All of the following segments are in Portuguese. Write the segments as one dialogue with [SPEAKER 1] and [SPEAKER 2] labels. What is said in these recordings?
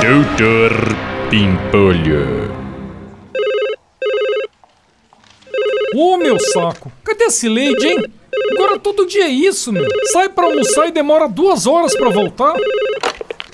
[SPEAKER 1] Doutor Pimpolho.
[SPEAKER 2] Ô meu saco, cadê esse leite, hein? Agora todo dia é isso, meu. Sai pra almoçar e demora duas horas pra voltar.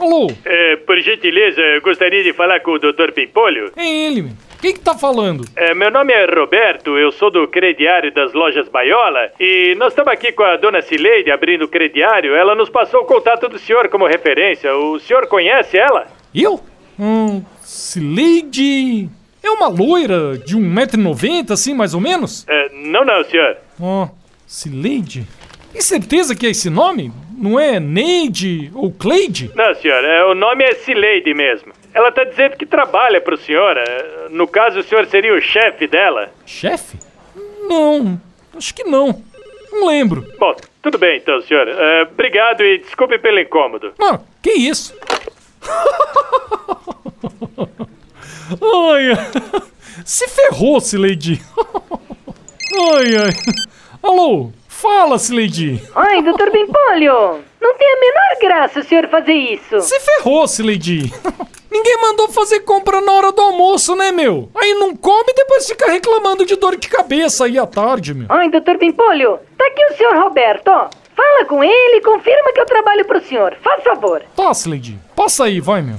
[SPEAKER 2] Alô,
[SPEAKER 3] É, por gentileza, eu gostaria de falar com o Dr. Pimpolho.
[SPEAKER 2] é ele, meu. Quem que tá falando?
[SPEAKER 3] É, meu nome é Roberto, eu sou do crediário das lojas Baiola e nós estamos aqui com a dona Cileide abrindo o crediário. Ela nos passou o contato do senhor como referência. O senhor conhece ela?
[SPEAKER 2] Eu? Hum, Sileide... É uma loira de 1,90m, assim, mais ou menos?
[SPEAKER 3] É, não, não, senhor.
[SPEAKER 2] Ó, Sileide? Tem certeza que é esse nome? Não é Neide ou Cleide?
[SPEAKER 3] Não, senhor, é, o nome é Cileide mesmo. Ela está dizendo que trabalha para o senhor. é, No caso, o senhor seria o chefe dela.
[SPEAKER 2] Chefe? Não, acho que não. Não lembro.
[SPEAKER 3] Bom, tudo bem então, senhor. É, obrigado e desculpe pelo incômodo.
[SPEAKER 2] Ah, que isso? ai, ai. Se ferrou, Sileidi. Ai, ai. Alô, fala, Sileidi.
[SPEAKER 4] Ai, doutor Bimpolho, não tem a menor graça o senhor fazer isso.
[SPEAKER 2] Se ferrou, Sileidi. Ninguém mandou fazer compra na hora do almoço, né, meu? Aí não come e depois fica reclamando de dor de cabeça aí à tarde, meu.
[SPEAKER 4] Ai, doutor Bimpolho, tá aqui o senhor Roberto, ó. Fala com ele e confirma que eu trabalho pro senhor, faz favor.
[SPEAKER 2] Tá, Sileidi. Passa aí, vai, meu.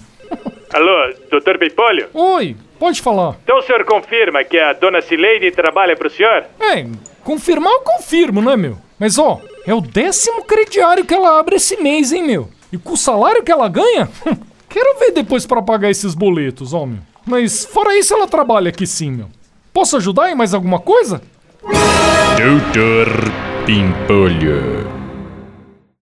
[SPEAKER 3] Alô, Dr. Pimpolho?
[SPEAKER 2] Oi, pode falar.
[SPEAKER 3] Então o senhor confirma que a dona Cileide trabalha para o senhor?
[SPEAKER 2] É, confirmar eu confirmo, né, meu? Mas ó, é o décimo crediário que ela abre esse mês, hein, meu? E com o salário que ela ganha, quero ver depois pra pagar esses boletos, ó, meu. Mas fora isso, ela trabalha aqui sim, meu. Posso ajudar em mais alguma coisa?
[SPEAKER 1] Doutor Pimpolho.